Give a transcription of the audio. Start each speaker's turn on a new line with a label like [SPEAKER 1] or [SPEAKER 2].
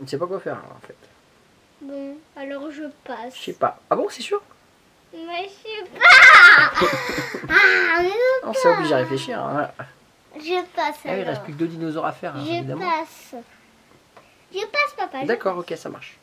[SPEAKER 1] ne sais pas quoi faire, en fait.
[SPEAKER 2] Bon, alors je passe.
[SPEAKER 1] Je sais pas. Ah bon, c'est sûr
[SPEAKER 2] Mais je sais pas Ah, mais non,
[SPEAKER 1] On s'est obligé à réfléchir. hein, voilà.
[SPEAKER 2] Je passe
[SPEAKER 1] Ah, il
[SPEAKER 2] alors.
[SPEAKER 1] reste plus que deux dinosaures à faire, hein,
[SPEAKER 2] je
[SPEAKER 1] évidemment.
[SPEAKER 2] passe. Je passe, papa. je
[SPEAKER 1] D'accord, ok, ça marche.